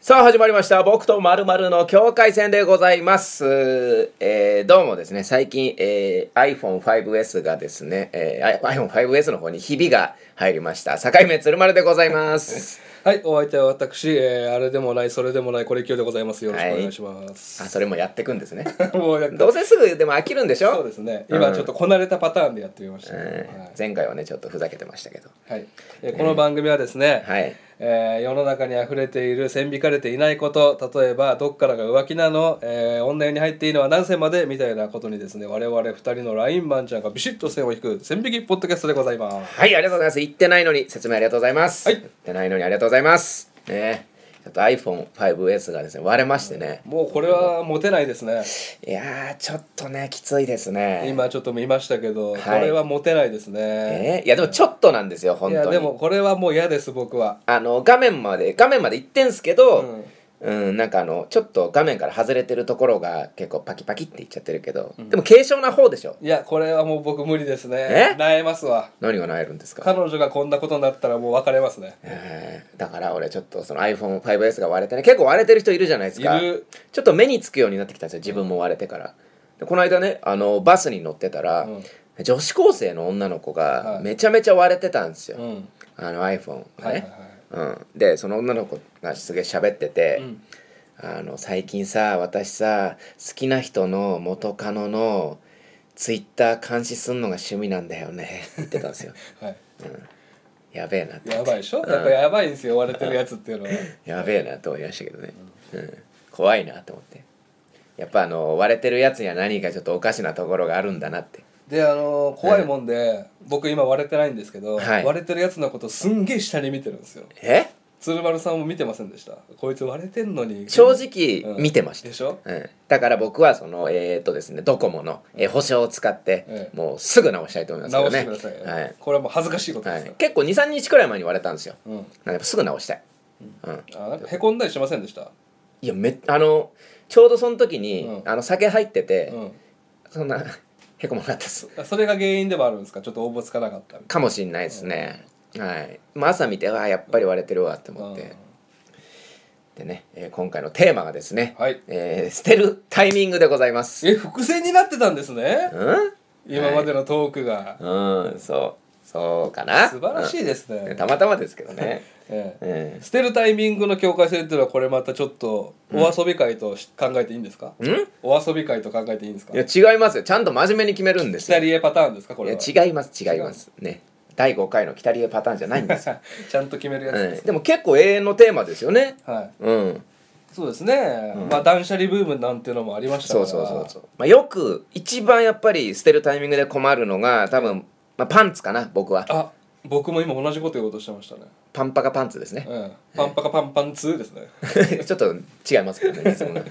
さあ始まりました僕とまるの境界線でございます、えーどうもですね最近、えー iPhone5S がですね、えー iPhone5S の方にひびが入りました境目鶴丸でござい ますはい、お相手は私、えーあれでもない、それでもない、これ級でございます。よろしくお願いします。あそれもやってくんですねもうやっどうせすぐでも飽きるんでしょそうですね。今ちょっとこなれたパターンでやってみました。はえーい前回はねちょっとふざけてましたけどはい、えーこの番組はですね、はいえー世の中に溢れている線引かれていないこと例えばどっからが浮気なの、えー女湯に入っていいのは何歳までみたいなことにですね我々2人のラインマンちゃんがビシッと線を引く線引きポッドキャストでございますはい、ありがとうございます。言ってないのに説明ありがとうございます。はい言ってないのにありがとうございます。ねちょっと iPhone5S がですね、割れましてね。もうこれはモテないですねいやー、ちょっとね、きついですね。今ちょっと見ましたけど、いこれはモテないですね、えーいや、でもちょっとなんですよ、本いや当でにも。これはもう嫌です僕はあの、画面まで、画面まで行ってんすけど、うん、なんかあの、ちょっと画面から外れてるところが結構パキパキっていっちゃってるけど、でも軽症な方でしょ。いやこれはもう僕無理ですえね萎えますわ何がなえるんですか彼女がこんなことになったらもう別れますねえーだから俺ちょっとその iPhone5S が割れてね結構割れてる人いるじゃないですかいるちょっと目につくようになってきたんですよ自分も割れてからでこの間ねあのバスに乗ってたら、女子高生の女の子がはいめちゃめちゃ割れてたんですよ、うんあの iPhone がはいはいね、うん、でその女の子がすげえ喋ってて、あの最近さ私さ好きな人の元カノのツイッター監視すんのが趣味なんだよね って言ってたんですよはい、はいやべえなってやばいでしょやっぱやばいんですよ割れてるやつっていう のはやべえなと思いましたけどね、うん、怖いなと思ってやっぱあの割れてるやつには何かちょっとおかしなところがあるんだなってであのー怖いもんで僕今割れてないんですけど、はい割れてるやつのことすんげえ下に見てるんですよえ鶴丸さんも見てませんでしたこいつ割れてんのに正直見てました、でしょうん、だから僕はそのえー、っとですねドコモの、えー保証を使って、ええもうすぐ直したいと思いますけど直しねてください、はいこれはもう恥ずかしいことはですいか、結構23日くらい前に割れたんですよ、ら、うんなんでやっぱすぐ直したい、うん、あなんかへこんだりしませんでした、いやめあのちょうどその時に、うんあの酒入ってて、うん、そんな へこまなかったですそれが原因でもあるんですかちょっと応募つかなかったみたかもしんないですね、はい、まあ、朝見てあやっぱり割れてるわっていな思って、でね、えー今回のテーマがですね、はいえー捨てるタイミングでございますえ伏線になってたんですねうん今までのトークが、うんそうそうかな素晴らしいですうんね、たまたまですけど ね、ええう捨てるタイミングの境界線っていうのはこれまたちょっとお遊び会とし、考えていいんですかん、んお遊び会と考えていいんですかいや違いますよちゃんと真面目に決めるんですよ左絵パターンですかこいれはや違います違いますね第5回の「きたりえパターン」じゃないんですよ、 ちゃんと決めるや つうでんす、でも結構永遠のテーマですよねはいうんそうですね、まあ断捨離ブームなんていうのもありましたかそうらそうそうそう、まあ、よく一番やっぱり捨てるタイミングで困るのが多分、まあ、パンツかな僕はあ僕も今同じこと言おうとしてましたね、パンパカパンツです ねうん、パンパカパンパン2ですねちょっと違いますけどねいつもね、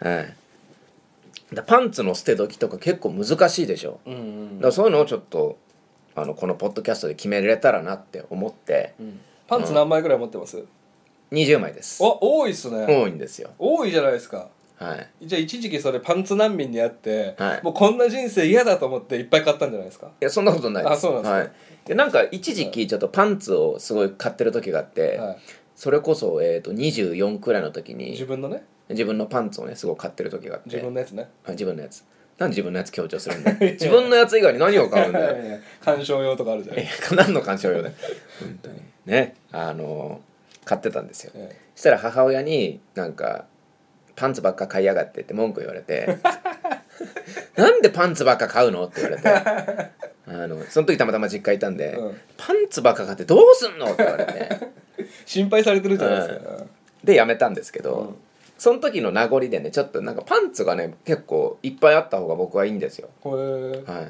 はい、だパンツの捨て時とか結構難しいでしょ、うんうんだからそういうのをちょっとあのこのポッドキャストで決めれたらなって思って、パンツ何枚ぐらい持ってます、 20枚ですお多いっすね、多いんですよ多いじゃないですかはいじゃあ一時期それパンツ難民にあって、はいもうこんな人生嫌だと思っていっぱい買ったんじゃないですかいやそんなことないですあそうなんですかはい、でなんか一時期ちょっとパンツをすごい買ってる時があって、はいそれこそ、えー、と24くらいの時に自分のね自分のパンツをねすごい買ってる時があって自分のやつねあ自分のやつなんで自分のやつ強調するんだ よ自分のやつ以外に何を買うんだよ鑑賞用とかあるじゃないいや何の鑑賞用だよ本当にねあのー買ってたんですよ、えそしたら母親になんかパンツばっか買いやがってって文句言われて なんでパンツばっか買うのって言われてあのその時たまたま実家いたんで、うんパンツばっか買ってどうすんのって言われて 心配されてるじゃないですか、でやめたんですけど、その時の名残でねちょっとなんかパンツがね結構いっぱいあった方が僕はいいんですよこれ、はい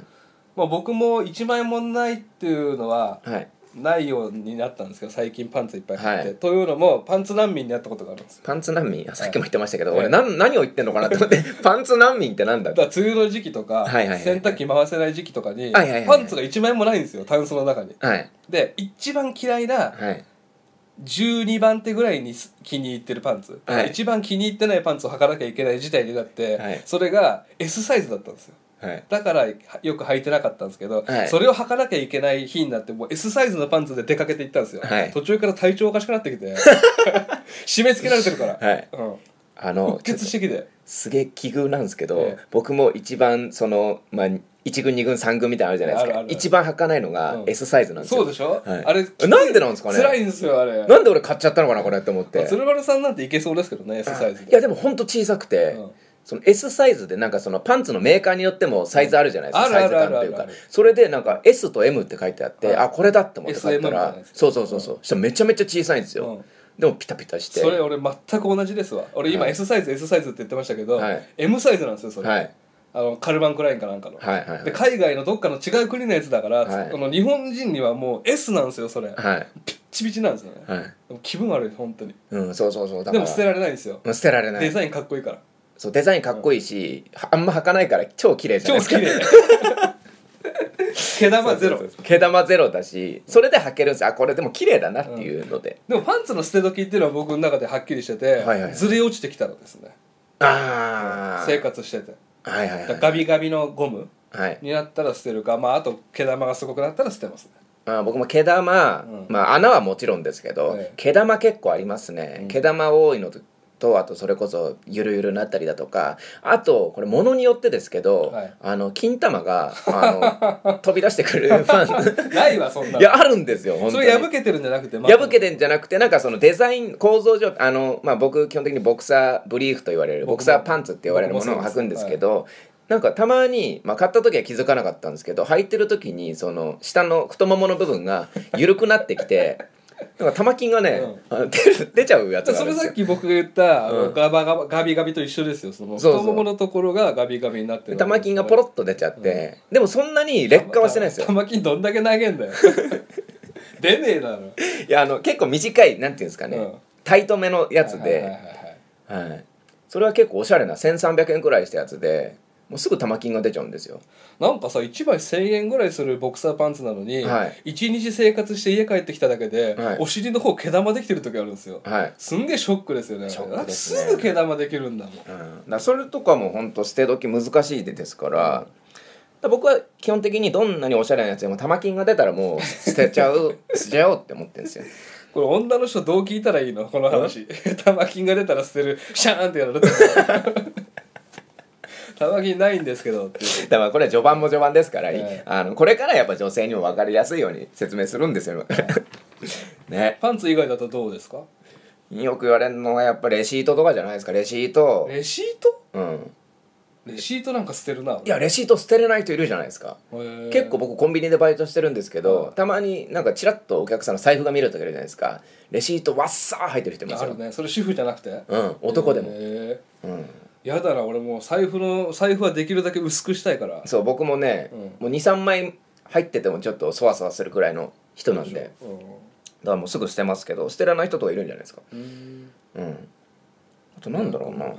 まあ、僕も1枚もないっていうのははいないようになったんですけど最近パンツいっぱい買って、はいというのもパンツ難民になったことがあるんですよパンツ難民あさっきも言ってましたけど、はい俺なん何を言ってんのかなと思ってパンツ難民ってなんだだから梅雨の時期とはか、いはいはいはい洗濯機回せない時期とかに、はいはいはいパンツが1枚もないんですよタンスの中にはいで一番嫌いなはい12番手ぐらいにす気に入ってるパンツ、はい一番気に入ってないパンツを履かなきゃいけない事態になって、はいそれが S サイズだったんですよはいだからよく履いてなかったんですけど、はいそれを履かなきゃいけない日になってもう S サイズのパンツで出かけていったんですよ、はい途中から体調おかしくなって きて締め付けられてるから、はいうん、あの うっ血してきてすげえ奇遇なんですけど、ええ僕も一番その、まあ、1軍2軍3軍みたいなのあるじゃないですかあるある一番履かないのがうん S サイズなんですよ、そうでしょ、はいあれなんでなんですかね辛いんですよあれなんで俺買っちゃったのかなこれって思って鶴丸さんなんていけそうですけどね S サイズいやでもほんと小さくて、うんその S サイズでなんかそのパンツのメーカーによってもサイズあるじゃないですか、うんサイズあ感るあってるいうあかるあるそれでなんか S と M って書いてあって、はいあこれだって思って買った SM みらたいなやつそうそうそうそうしたらめちゃめちゃ小さいんですよ、うんでもピタピタしてそれ俺全く同じですわ俺今はい S サイズ S サイズって言ってましたけど、はい M サイズなんですよそれ、はいあのカルバン・クラインかなんかの、はいはいで海外のどっかの違う国のやつだから、はいあの日本人にはもう S なんですよそれ、はいピッチピチなんですよね、はいでも気分悪い本当にうんそうそうそうだでからも捨てられないんですよ、うん捨てられないデザインかっこいいからそうデザインかっこいいし、あんま履かないから超綺麗じゃない超ですか 綺麗毛玉ゼロそうそうそう毛玉ゼロだしそれで履けるんですあこれでも綺麗だなっていうので、でもパンツの捨て時っていうのは僕の中ではっきりしてて、はいはいずれ落ちてきたらですねああ生活しててはいはいだかはらいガビガビのゴムはい、になったら捨てるか、まあ、あと毛玉がすごくなったら捨てますねあー僕も毛玉、うんまあ、穴はもちろんですけど、ええ毛玉結構ありますね、うん毛玉多いのととあとそれこそゆるゆるになったりだとかあとこれ物によってですけど、はいあの金玉があの飛び出してくるファ ないわそんなンのいやあるんですよ本当そにれ破けてるんじゃなくて、まあ破けてんじゃなくてなんかそのデザイン構造上あの、まあ、僕基本的にボクサーブリーフと言われる僕もボクサーパンツって言われるものを僕も履そくうですんですけど、なんかたまに、まあ、買った時は気づかなかったんですけど履いてる時にその下の太ももの部分が緩くなってきて なんか玉筋がね、あの出る出ちゃうやつがあそるれんですさよっ。き僕が言った、あのうんガバガバガビガビと一緒ですよそのそうそう太もものところがガビガビになってでる玉筋がポロッッと出ちゃって、でもそんなに劣化はしてないですよ玉筋どんだけ投げんだよ 出ねえだろいやあの結構短いなんていうんですかね、うんタイトめのやつで、はいはいはいはいはい、それは結構おしゃれな1300円くらいしたやつでもうすぐ玉金が出ちゃうんですよなんかさ1枚1000円ぐらいするボクサーパンツなのに、は一1日生活して家帰ってきただけで、はいお尻の方毛玉できてる時あるんですよはい、すんげえショックですよねショックですだねってすぐ毛玉できるんだもんうん、だからそれとかも本当捨て時難しいですから,、僕は基本的にどんなにおしゃれなやつでも玉金が出たらもう捨てちゃう 捨てちゃおうって思ってるんですよこれ女の人どう聞いたらいいのこの話玉金が出たら捨てるシャーンってやられてる玉金ないんですけどっていうだからこれは序盤も序盤ですから、ええあのこれからやっぱ女性にも分かりやすいように説明するんですよねパンツ以外だとどうですかよく言われるのはやっぱレシートとかじゃないですかレシート、レシートうん、レシートなんか捨てるないやレシート捨てれない人いるじゃないですか結構僕コンビニでバイトしてるんですけど、たまになんかチラッとお客さんの財布が見るときあるじゃないですかレシートわっさー入ってる人いますあよ、るねそれ主婦じゃなくてうん男でも、へうん、ーやだな俺もう財布の財布はできるだけ薄くしたいからそう僕もね、もう23枚入っててもちょっとそわそわするくらいの人なんでだかうらもうすぐ捨てますけど捨てられない人とかいるんじゃないですかんうんあとなんだろうな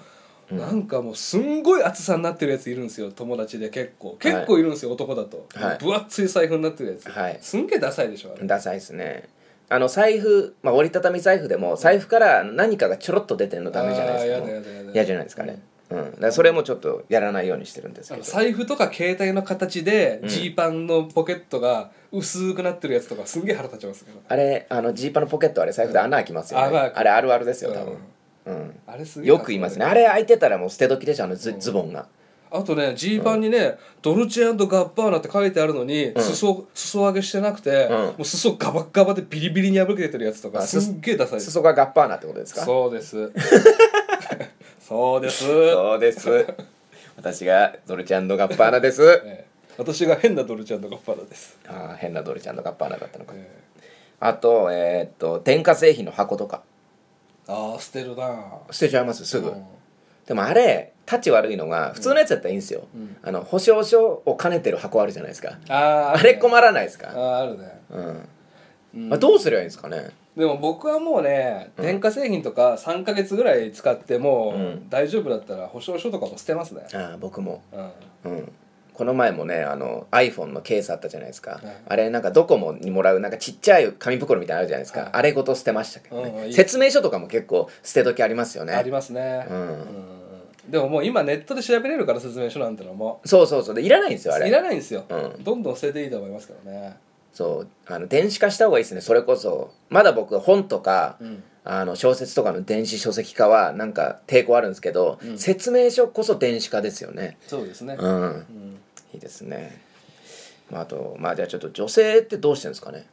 なんかもうすんごい厚さになってるやついるんですよ友達で結構結構いるんですよ、男だと、はい分厚い財布になってるやつ、はいすんげえダサいでしょあれダサいですねあの財布、まあ、折りたたみ財布でも財布から何かがちょろっと出てるのダメじゃないですかあーもうやだやだやだ嫌じゃないですかね、うん、だからそれもちょっとやらないようにしてるんですあけどの財布とか携帯の形でジーパンのポケットが薄くなってるやつとかすんげえ腹立ちますけどあれあのジーパンのポケットあれ財布で穴開きますよね、穴開くあれあるあるですよ多分、うんあれすげえよく言いますねあれ開いてたらもう捨て時でしょあのズ,、ズボンがあとねジーパンにね、ドルチェガッバーナって書いてあるのに、裾裾上げしてなくて、んもう裾ガバッガバでビリビリに破けてるやつとかあすんげえダサいです裾がガッパーナってことですかそうです そうです、そう です私がドルちゃんのガッパーナですええ私が変なドルチェガッバーナです、あー変なドルちゃんのガッパーナだったのかえあとえーっと電化製品の箱とかえああ捨てるなあ捨てちゃいますすぐ、うんでもあれタチ悪いのが普通のやつだったらいいんですよ、あの保証書を兼ねてる箱あるじゃないですかあああれこ困らないですあか、ーあるねうんうんまあ、どうすればいいんですかねでも僕はもうね電化製品とか3か月ぐらい使ってもうう大丈夫だったら保証書とかも捨てますね、ああ僕もうん、うん、この前もねあの iPhone のケースあったじゃないですか、いあれなんかドコモにもらうなんかちっちゃい紙袋みたいなのあるじゃないですか、はいあれごと捨てましたけどね、うんうんいい説明書とかも結構捨て時ありますよねありますねうんうんでももう今ネットで調べれるから説明書なんてのもそうそうそうでいらないんですよあいれらないんですよ、うどんどん捨てていいと思いますけどねそうあの電子化した方がいいですねそれこそまだ僕本とか、んあの小説とかの電子書籍化はなんか抵抗あるんですけど、説明書こそ電子化ですよねそうですね、うん、いいですね、まあ、あとまあじゃあちょっと女性ってどうしてるんですかね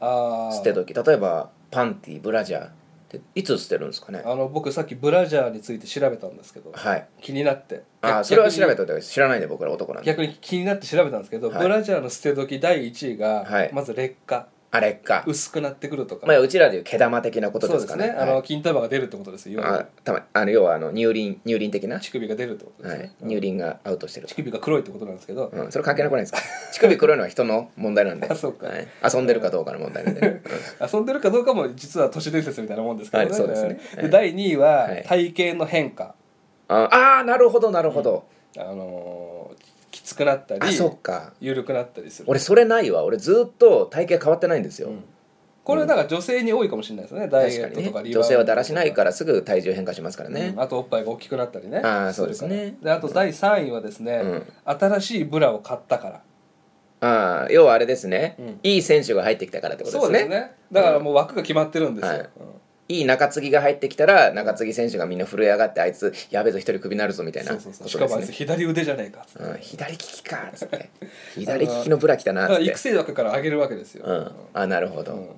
ああ捨て時例えばパンティブラジャーっていつ捨てるんですかねあの僕さっきブラジャーについて調べたんですけどはい気になってあ逆あにそれは調べておいて知らないんで僕ら男なんで逆に気になって調べたんですけど、はいブラジャーの捨て時第1位が、はいまず劣化あれか、薄くなってくるとか、まあ、うちらでいう毛玉的なことそうでですすかねね、はあのい金玉が出るってことですよ要あはたまあの要はあの乳輪乳輪的な、乳首が出るってことではすいね、、乳輪がアウトしてる乳首が黒いってことなんですけど、うん、それ関係なくない ですか乳首黒いのは人の問題なんであそうかはい、遊んでるかどうかの問題 なんでね、遊んでるかどうかも実は都市伝説みたいなもんですけどね,、はいそうですねで第2位ははい体型の変化、うんああなるほどなるほど、あのーきつくなったりあそっか緩くなったりする俺それないわ俺ずっと体型変わってないんですよ、これはだから女性に多いかもしれないですねダイ確エかットにとねかリバウンドと女性はだらしないからすぐ体重変化しますからね、うんあとおっぱいが大きくなったりねあーそうですねるからであと第3位はですね、うん新しいブラを買ったからああ要はあれですね、うんいい選手が入ってきたからってことですねだからもう枠が決まってるんですよ、はいうんいい中継ぎが入ってきたら中継ぎ選手がみんな震え上がってあいつやべえぞ一人クビになるぞみたいなそことですうそうそねうしかもあいつ左腕じゃないかっつってうん、左利きかっつって 左利きのブラ来たなっだかつっらて育成枠から上げるわけですよ、うん、あなるほど、うん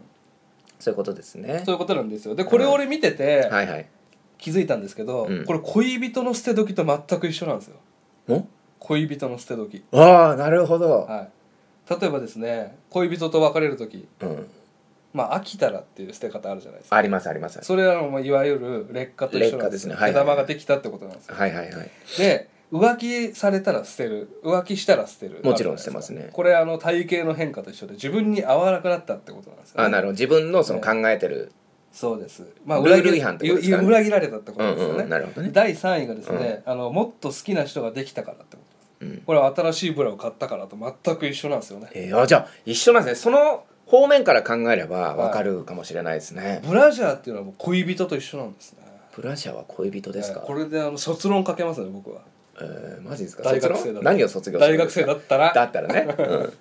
そういうことですねそういうことなんですよでこれを俺見ててはいはい気づいたんですけど、うんこれ恋人の捨て時と全く一緒なんですよお恋人の捨て時ああなるほど、はい例えばですね恋人と別れる時うん、まあ飽きたらっていう捨て方あるじゃないですかありますありますそれはもういわゆる劣化と一緒なんですよ劣化ですねはい毛玉ができたってことなんですよはいはいはいで浮気されたら捨てる浮気したら捨てるもちろん捨てますねあるじゃないですかこれあの体型の変化と一緒で自分に合わなくなったってことなんですよ、ね、あなるほど自分のその考えてる、そうです、まあ、ルール裏切違反ってことですかねいや裏切られたってことですよね,、うんうんなるほどね第3位がですね、あのもっと好きな人ができたからってことです、これは新しいブラを買ったからと全く一緒なんですよねえーあじゃあ一緒なんですねその方面から考えれば分かるかもしれないですね、ブラジャーっていうのはもう恋人と一緒なんですねブラシャは恋人ですか、はいこれであの卒論書けますね僕はえーマジですか大学生卒だ論と何を卒業するんですか大学生だったらだったらね、うん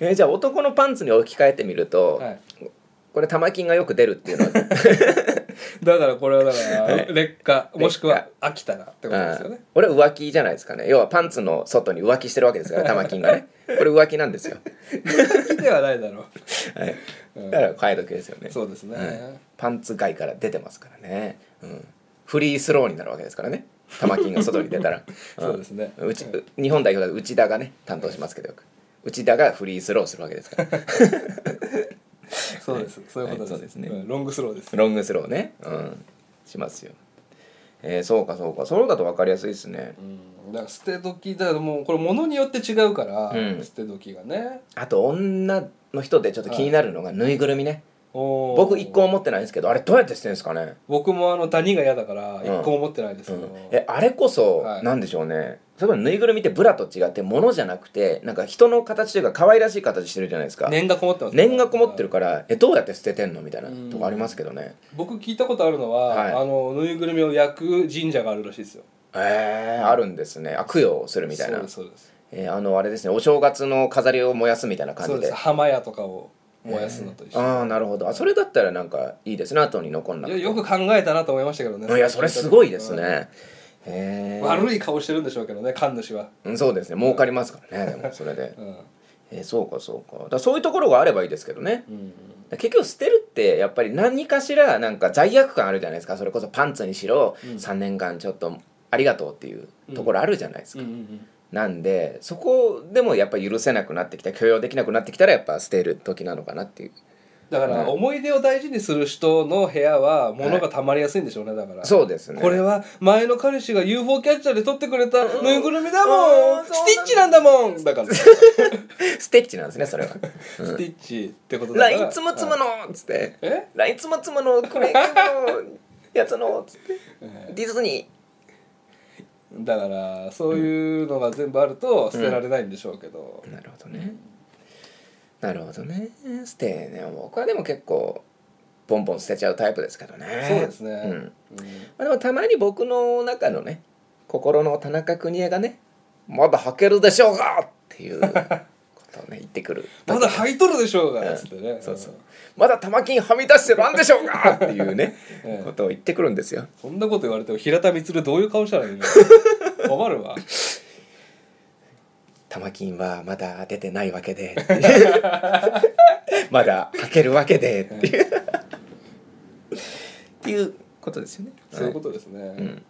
えーじゃあ男のパンツに置き換えてみると、はいこれ玉金がよく出るっていう のはだからこれは だから劣化もしくは劣飽きたらってことですよねうん俺は浮気じゃないですかね要はパンツの外に浮気してるわけですから玉金がねこれ浮気なんですよ、浮気ではないだろうはい、うんだから買い時ですよねそうですね、はいパンツ外から出てますからね、うん、フリースローになるわけですからね玉金が外に出た ら、んそうですねうち日本代表だと内田がね担当しますけどよく内田がフリースローするわけですからそうです、そういうことです,、はいそうですねんロングスローですロングスローね、うん、しますよえーそうかそうかそうだと分かりやすいですねうんだから捨て時だからもうこれ物によって違うから、うん捨て時がねあと女の人でちょっと気になるのがぬいぐるみね僕僕一個も持ってないんですけどあれどうやって捨てるんですかね僕もあのダニが嫌だからん一個も持ってないですうけんど、えあれこそはいなんでしょうね、そういえばぬいぐるみってブラと違って物じゃなくてなんか人の形というか可愛らしい形してるじゃないですか、念がこもってますね年がこもってるからえどうやって捨ててんのみたいなうんとこありますけどね僕聞いたことあるのは、はいあのぬいぐるみを焼く神社があるらしいですよえー、あるんですねあ供養をするみたいそなうです、そうですえーあのあれですねお正月の飾りを燃やすみたいなそ感じうでです浜屋とかを燃やすのと一緒、ああなるほどあそれだったらなんかいいですね後に残んないくやてよく考えたなと思いましたけどねうんいやそれすごいですねうえんー悪い顔してるんでしょうけどね神主は、うんそうですね儲かりますからねで もそれでうんえーそうかそうかだからそういうところがあればいいですけどね結局捨てるってやっぱり何かしらなんか罪悪感あるじゃないですかそれこそパンツにしろ3年間ちょっとありがとうっていうところあるじゃないですか、うんうんなんでそこでもやっぱ許せなくなってきた許容できなくなってきたらやっぱ捨てる時なのかなっていうだから思い出を大事にする人の部屋は物がたまりやすいんでしょうねだからそうですねこれは前の彼氏が UFO キャッチャーで撮ってくれたぬいぐるみだもうんんスティッチなんだも んだからスステッチなんですねそれはティッチって「ことだラからインつむつむの」っつってえ「ラインつむつむのクレイのやつの」っつってディズニだからそういうのが全部あると捨てられないんでしょうけどーなるほどねなるほどね捨てね僕はでも結構ポンポン捨てちゃうタイプですけどねそうですねうんまあ、でもたまに僕の中のね心の田中邦衛がね「まだ履けるでしょうが!」って いうことをね言ってくるまだ履いとるでしょうが、つってね、そうそうまだ玉金はみ出してなんでしょうがっていうね、ええことを言ってくるんですよそんなこと言われても平田充どういう顔した らいいの困るわ玉金はまだ出てないわけ でまだ履けるわけでっていうっていうことですよねそういうことですね、んうん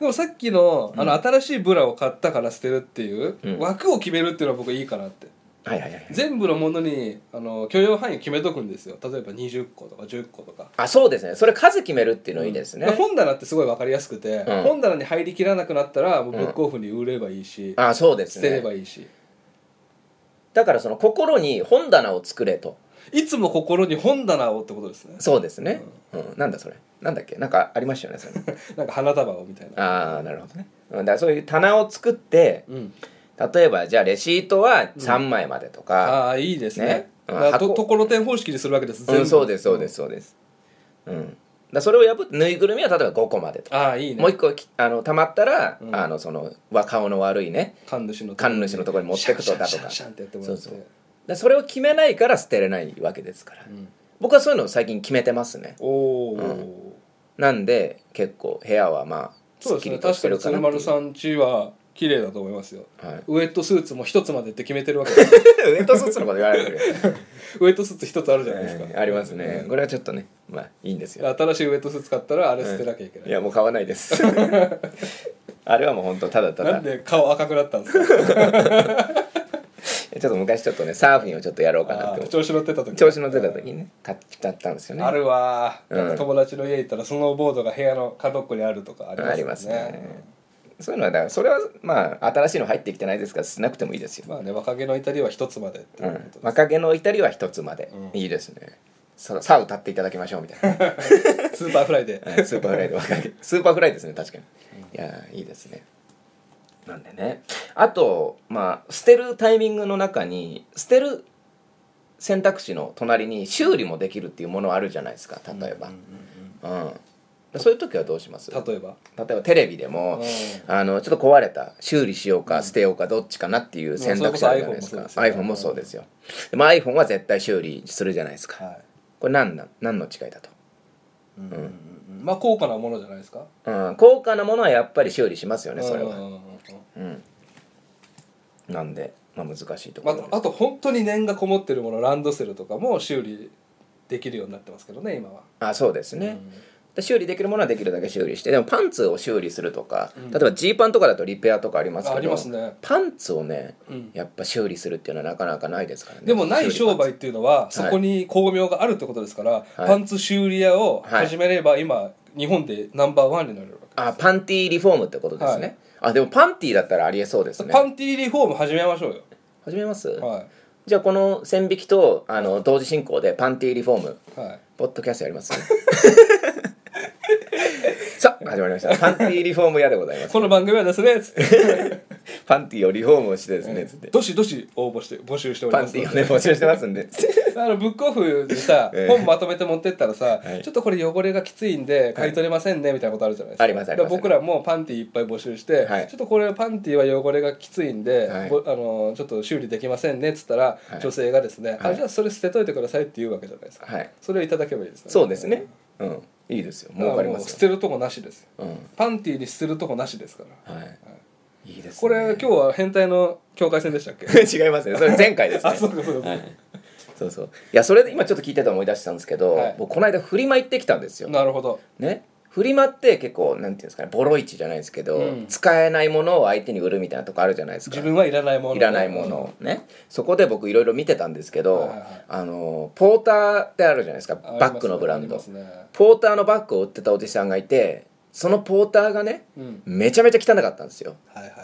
でもさっきのあの新しいブラを買ったから捨てるっていう、うん枠を決めるっていうのは僕いいかなってはいはいはいはい全部のものにあの許容範囲決めとくんですよ例えば20個とか10個とかあそうですねそれ数決めるっていうのいいですね、本棚ってすごい分かりやすくて、うん本棚に入りきらなくなったらもうブックオフに売ればいいし、あそうです捨ねてればいいしだからその心に本棚を作れといつも心に本棚をってことですね そうですね、うんなんだそれなんだっけなんかありましたよねそれ なんか花束をみたいなああなるほどねうんだからそういう棚を作ってうん例えばじゃあレシートは3枚までとか、ああいいですねねだからと箱ところてん方式にするわけですうんそうですそうすですそうですうんだからそれを破ってぬいぐるみは例えば5個までとか、ああいいねもう1個きあの溜まったら、うんあのそのわ顔の悪いね神主の神主のところに持ってくとだとシャかンシャンシャンシャンってやってもらそっうてそうだからそれを決めないから捨てれないわけですから、うん僕はそういうのを最近決めてますねおお、なんで結構部屋はまあそうすっきですねりと確してかにるかなって鶴い丸うさんちは綺麗だと思いますよはい、ウエットスーツも一つまでって決めてるわけで すウエットスーツのこと言われるけど、ウエットスーツ一つあるじゃないですか、えーありますねこれはちょっとねまあいいんですよ新しいウエットスーツ買ったらあれ捨てなきゃいけないい、やもう買わないです あれはもう本当ただたなだんで顔赤くなったんですかちょっと昔ちょっとねサーフィンをちょっとやろうかなあってー思って調子乗ってた時調子乗ってた時にね買っちゃったんですよねあるわうー、んなんか友達の家行ったらスノーボードが部屋の角っこにあるとかありますよねありますねそういうのはだからそれはまあ新しいの入ってきてないですから少なくてもいいですよ、まあね若気の至りは一つまでってういうこんと、で若気の至りは一つまで、うんいいですねささあ歌っていただきましょうみたい なスーパーフライではいスーパーフライで若いスーパーフライですね確かにいやーいいですねなんでねあとまあ捨てるタイミングの中に捨てる選択肢の隣に修理もできるっていうものあるじゃないですか例えば、うんうんそういう時はどうします例例えばえばテレビでも、あのちょっと壊れた修理しようか捨てようかどっちかなっていう選択肢あるじゃないですか、うんそれこそ iPhone もそうですよ、でも iPhone は絶対修理するじゃないですかはいこれ何なん何の違いだとうんうんうんまあ高価なものじゃないですか。うん、高価なものはやっぱり修理しますよねそれうんはうんうんうんうんなんで、まあ、難しいとこまろです、あ、あと本当に念がこもってるものランドセルとかも修理できるようになってますけどね今は。あそうですね、で修理できるものはできるだけ修理してでもパンツを修理するとか、うん例えばジーパンとかだとリペアとかありますけあどありますね。パンツをねうん、やっぱ修理するっていうのはなかなかないですからねでもない商売っていうのははいそこに巧妙があるってことですから、はいパンツ修理屋を始めれば今日本でナンバーワンになれるわけ、あパンティーリフォームってことですね、あでもパンティーだったらありえそうですねパンティーリフォーム始めましょうよ。始めます、はじゃあこの線引きとあの同時進行でパンティーリフォームいはい。ポッドキャストやります さあ始まりましたパンティーリフォーム屋でございますこの番組はですねつってパンティーをリフォームをしてですねつってどしどし応募して募集しておりパまンすテのィーでをね募集してますん であのブックオフでさ、 ええ本まとめて持ってったらさ、はいちょっとこれ汚れがきついんで買い取れませんねみたいなことあるじゃないですかありますありますだから僕らもパンティいっぱい募集して、はいちょっとこれパンティは汚れがきついんで、はいぼあのちょっと修理できませんねっつったら、はい女性がですね、はあいじゃあそれ捨てといてくださいって言うわけじゃないですか、はいそれをいただけばいいですねそうですねうんいいですよだ儲かからりもまう捨すよてるとこなしですうんパンティに捨てるとこなしですからはいいいですねこれ今日は変態の境界線でしたっ け違いますねそれ前回ですねあそうかそうか、はいそうそういやそれで今ちょっと聞いてて思い出したんですけど、はい僕この間フリマ行ってきたんですよなるほどねフリマって結構なんていうんですかねボロ市じゃないですけど、うん使えないものを相手に売るみたいなとこあるじゃないですか自分はいらないものいらないものをねそこで僕いろいろ見てたんですけど、はいはいはいあのポーターってあるじゃないですかありますねバッグのブランありド、ますねポーターのバッグを売ってたおじさんがいてそのポーターがねうんめちゃめちゃ汚かったんですよはいはいはい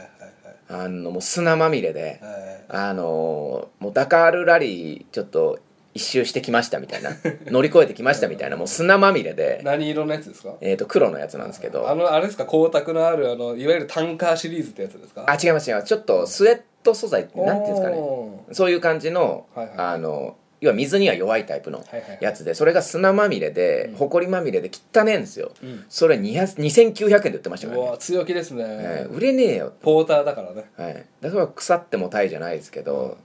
はいあのもう砂まみれで、えあのもうダカールラリーちょっと一周してきましたみたい な乗り越えてきましたみたいなもう砂まみれーで、何色のやつですかえー、と黒のやつなんですけどあのあれですか光沢のあるあのいわゆるタンカーシリーズってやつですかあ違います違いますちょっとスウェット素材ってなんていうんですかねおそういう感じの、はいはいあの要は水には弱いタイプのはいはいはいやつでそれが砂まみれで埃まみれで汚ねえんですようんそれ200 2900円で売ってましたかうらねわ強気ですね、えー売れねえよポーターだからねはい、だから腐ってもタイじゃないですけど、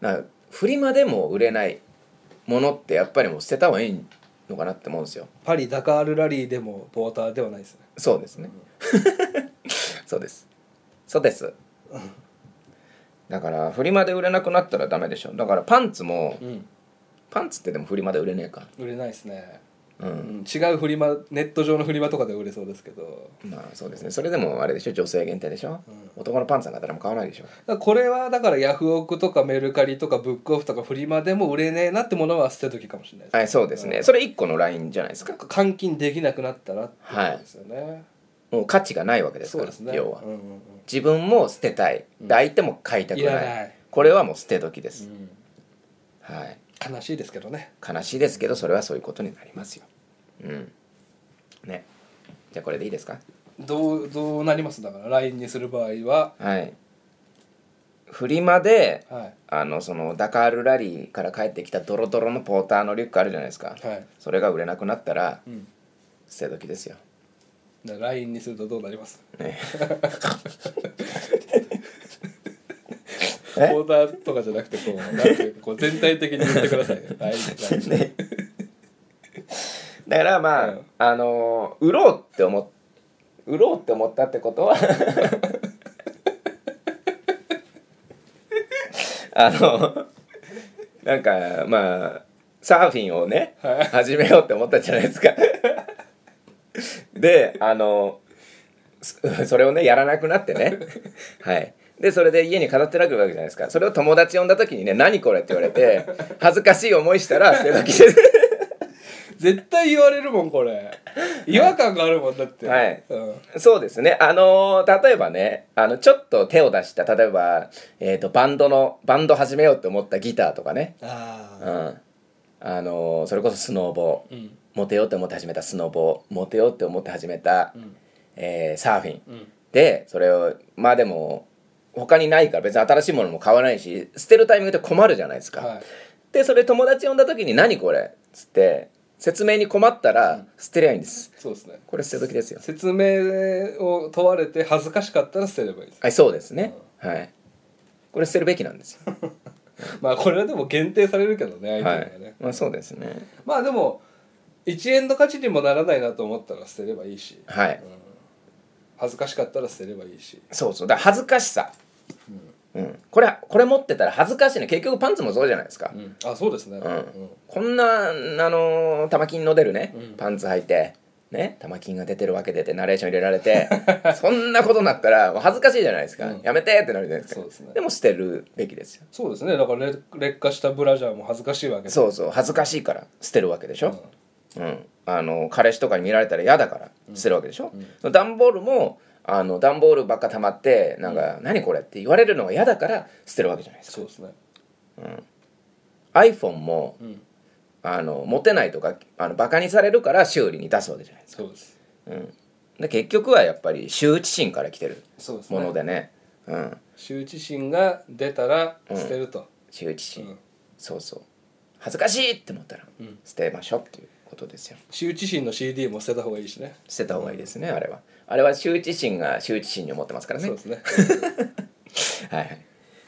なフリマでも売れないものってやっぱりもう捨てた方がいいのかなって思うんですよパリダカールラリーでもポーターではないですねそうですね そうですそうですだからフリマで売れなくなったらダメでしょだからパンツもうんパンツってでもフリマで売れねえか売れないですね、うん、うん、違うフリマネット上のフリマとかでは売れそうですけどまあそうですねそれでもあれでしょ女性限定でしょ、男のパンツなんか誰も買わないでしょだからこれはだからヤフオクとかメルカリとかブックオフとかフリマでも売れねえなってものは捨てときかもしれないです、はいそうですねそれ1個のラインじゃないですか換金できなくなったらってことですよね、もう価値がないわけですそかうらですね要はうんうんうん自分も捨てたい、で相手も買いたくないいらないこれはもう捨て時です、うんはい、悲しいですけどね悲しいですけどそれはそういうことになりますようんねじゃあこれでいいですかどうどうなりますだから LINE にする場合ははいフリマではあのそのダカールラリーから帰ってきたドロドロのポーターのリュックあるじゃないですか、いはい、それが売れなくなったらうん、捨て時ですよだから LINE にするとどうなりますね ポーターとかじゃなくてこうなんていうかこう全体的に言ってください LINE ねだからまあ、うんあのー売ろうって思っ売ろうって思ったってことはあのなんかまあサーフィンをね、はい始めようって思ったじゃないですかであのそそれをねやらなくなってねはいでそれで家に飾ってなくるわけじゃないですかそれを友達呼んだ時にね「何これ」って言われて恥ずかしい思いしたら捨て時です絶対言われるもんこれ違和感があるもんだってはいうん、そうですね。あのー例えばね、あの、ちょっと手を出した、例えば、えっ、と、バンドの、バンド始めようと思ったギターとかね。うああん。あのーそれこそスノーボー。うんモテようって思って始めたスノーボー。モテようって思って始めた、うんえーサーフィン。うんで、それを、まあでも、他にないから別に新しいものも買わないし、捨てるタイミングって困るじゃないですか。はいで、それ友達呼んだ時に、何これっつって、説明に困ったら、捨てりゃいいんです。そうですねこれ捨て時ですよ。説明を問われて恥ずかしかったら捨てればいいですはい、そうですね。はい。これ捨てるべきなんですよ。まあこれはでも限定されるけどねは相手にはいね、。まあ、そうですね。まあでも1円の価値にもならないなと思ったら捨てればいいしはい。恥ずかしかったら捨てればいいしそうそう、だから恥ずかしさ。うん、これ、これ持ってたら恥ずかしいね、結局パンツもそうじゃないですか。あそうですねう、うんんこんな、あのー玉金の出るね、うんパンツ履いて。ね、玉金が出てるわけでってナレーション入れられて そんなことになったらもう恥ずかしいじゃないですか、うんやめてってなるじゃないですかそうですねも捨てるべきですよそうですねだから劣劣化したブラジャーも恥ずかしいわけでそうそう恥ずかしいから捨てるわけでしょ、うんあの彼氏とかに見られたら嫌だから捨てるわけでしょ、段ボールもあの段ボールばっか溜まってなんか、何これって言われるのが嫌だから捨てるわけじゃないですかそうですね iPhone も、んあの持てないとかあのバカにされるから修理に出すわけじゃないですそうですか、うん、で結局はやっぱり羞恥心から来てるそうですものねでねうん羞恥心が出たら捨てると羞恥心、うんそうそう恥ずかしいって思ったら、ん捨てましょうっていうことですよ羞恥心の CD も捨てた方がいいしね捨てた方がいいですね、あれはあれは羞恥心が羞恥心に思ってますからねそうですねはいはい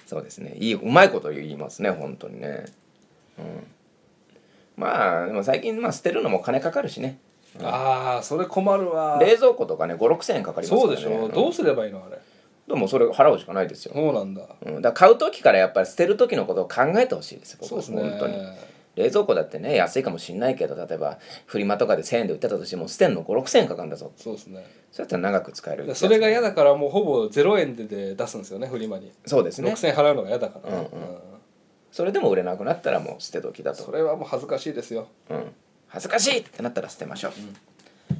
そうですねいいうまいこと言いますね本当にねうんまあでも最近、まあ、捨てるのも金かかるしねああそれ困るわ冷蔵庫とかね5 6千円かかりますかそら、うね、でしょどうすればいいのあれでもそれ払うしかないですよ、そうなんだうん、だから買う時からやっぱり捨てる時のことを考えてほしいですよ僕そうはですね本当に冷蔵庫だってね安いかもしんないけど例えばフリマとかで1000円で売ってたとしても捨てんの5 6千円かかるんだぞそうですねそうやったら長く使えるそれが嫌だからもうほぼ0円でで出すんですよねフリマにそうですね6000円払うのが嫌だから、うんうんうんそれでも売れなくなったらもう捨て時だとそれはもう恥ずかしいですようん、恥ずかしいってなったら捨てましょう、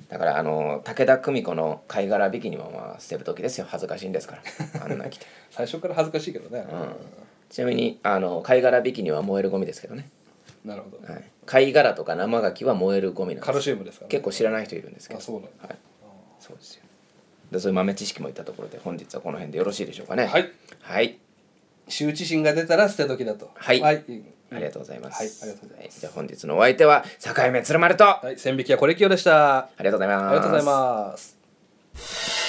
だからあの武田久美子の貝殻ビキニはまあ捨てる時ですよ恥ずかしいんですから あんな着て、最初から恥ずかしいけどね、うん、ちなみにあの貝殻ビキニは燃えるゴミですけどね、なるほどはい、貝殻とか生牡蠣は燃えるゴミなんカでルすシウムですから、結構知らない人いるんですけあどそうなんだはい、そうですよでそういう豆知識もいったところで本日はこの辺でよろしいでしょうかねはいはい羞恥心が出たら捨て時だとはいはい、ありがとうございます。はいありがとうございますじゃあ本日のお相手は、境目鶴丸と、あはい、千匹はこれきよでした。ありがとうございます。りがとうございます。